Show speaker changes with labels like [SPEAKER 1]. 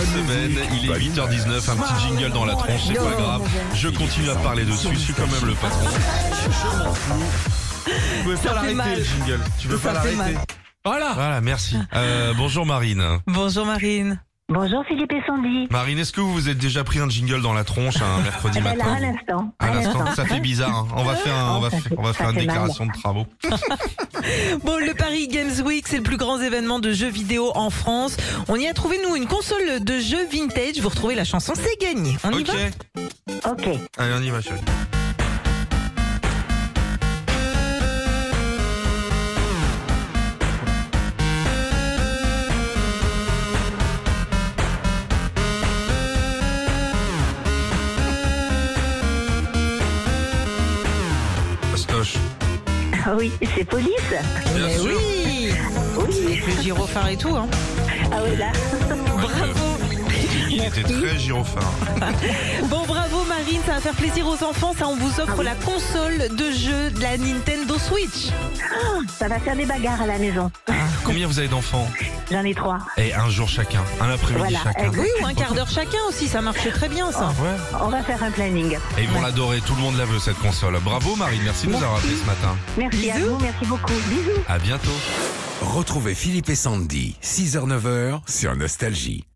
[SPEAKER 1] semaine. Il est 8h19, un petit jingle dans la tronche, c'est pas grave. Je continue à parler dessus, je suis quand même le patron. Je m'en fous. Tu pouvais
[SPEAKER 2] Ça
[SPEAKER 1] pas
[SPEAKER 2] fait
[SPEAKER 1] l'arrêter
[SPEAKER 2] mal.
[SPEAKER 1] le jingle. Tu peux
[SPEAKER 2] Ça
[SPEAKER 1] pas
[SPEAKER 2] fait
[SPEAKER 1] l'arrêter.
[SPEAKER 2] mal.
[SPEAKER 3] Voilà.
[SPEAKER 1] Voilà, merci. Euh, bonjour Marine.
[SPEAKER 2] Bonjour Marine.
[SPEAKER 4] Bonjour Philippe et Sandy.
[SPEAKER 1] Marine, est-ce que vous vous êtes déjà pris un jingle dans la tronche un mercredi
[SPEAKER 4] Eh ben là,
[SPEAKER 1] matin
[SPEAKER 4] à l'instant.
[SPEAKER 1] À l'instant, ça fait bizarre. hein. On va faire, un- on va,
[SPEAKER 4] Ça
[SPEAKER 1] faire- on va
[SPEAKER 4] fait-
[SPEAKER 1] faire
[SPEAKER 4] ça
[SPEAKER 1] une
[SPEAKER 4] fait mal.
[SPEAKER 1] déclaration de travaux.
[SPEAKER 2] Bon, le Paris Games Week, c'est le plus grand événement de jeux vidéo en France. On y a trouvé, nous, une console de jeux vintage. Vous retrouvez la chanson, c'est gagné. On y
[SPEAKER 1] Ok.
[SPEAKER 2] va Eh
[SPEAKER 4] Ok.
[SPEAKER 1] Allez, on y va, chérie. Pastoche.
[SPEAKER 4] Ah Oui, c'est police.
[SPEAKER 1] Bien
[SPEAKER 2] Eh
[SPEAKER 1] sûr.
[SPEAKER 2] oui
[SPEAKER 4] Oui.
[SPEAKER 2] Avec le gyrophare et tout, hein.
[SPEAKER 4] Ah oui, là.
[SPEAKER 2] Bravo
[SPEAKER 1] Il était très gyrophare.
[SPEAKER 2] Bon, bravo Marine, ça va faire plaisir aux enfants. Ça, on vous offre la console de jeu de la Nintendo Switch.
[SPEAKER 4] Ça va faire des bagarres à la maison.
[SPEAKER 1] Combien vous avez d'enfants
[SPEAKER 4] J'en ai trois.
[SPEAKER 1] Et un jour chacun, un après-midi
[SPEAKER 4] Voilà,
[SPEAKER 1] chacun.
[SPEAKER 2] Oui, ou un quart d'heure chacun aussi, ça marche très bien, ça.
[SPEAKER 1] Ouais.
[SPEAKER 4] On va faire un planning.
[SPEAKER 1] Et ils vont l'adorer, tout le monde la veut cette console. Bravo Marine, merci de nous avoir appelé ce matin.
[SPEAKER 4] Merci à
[SPEAKER 2] Bisous.
[SPEAKER 4] vous, merci beaucoup. Bisous.
[SPEAKER 1] À bientôt.
[SPEAKER 3] Retrouvez Philippe et Sandy, 6h-9h sur Nostalgie.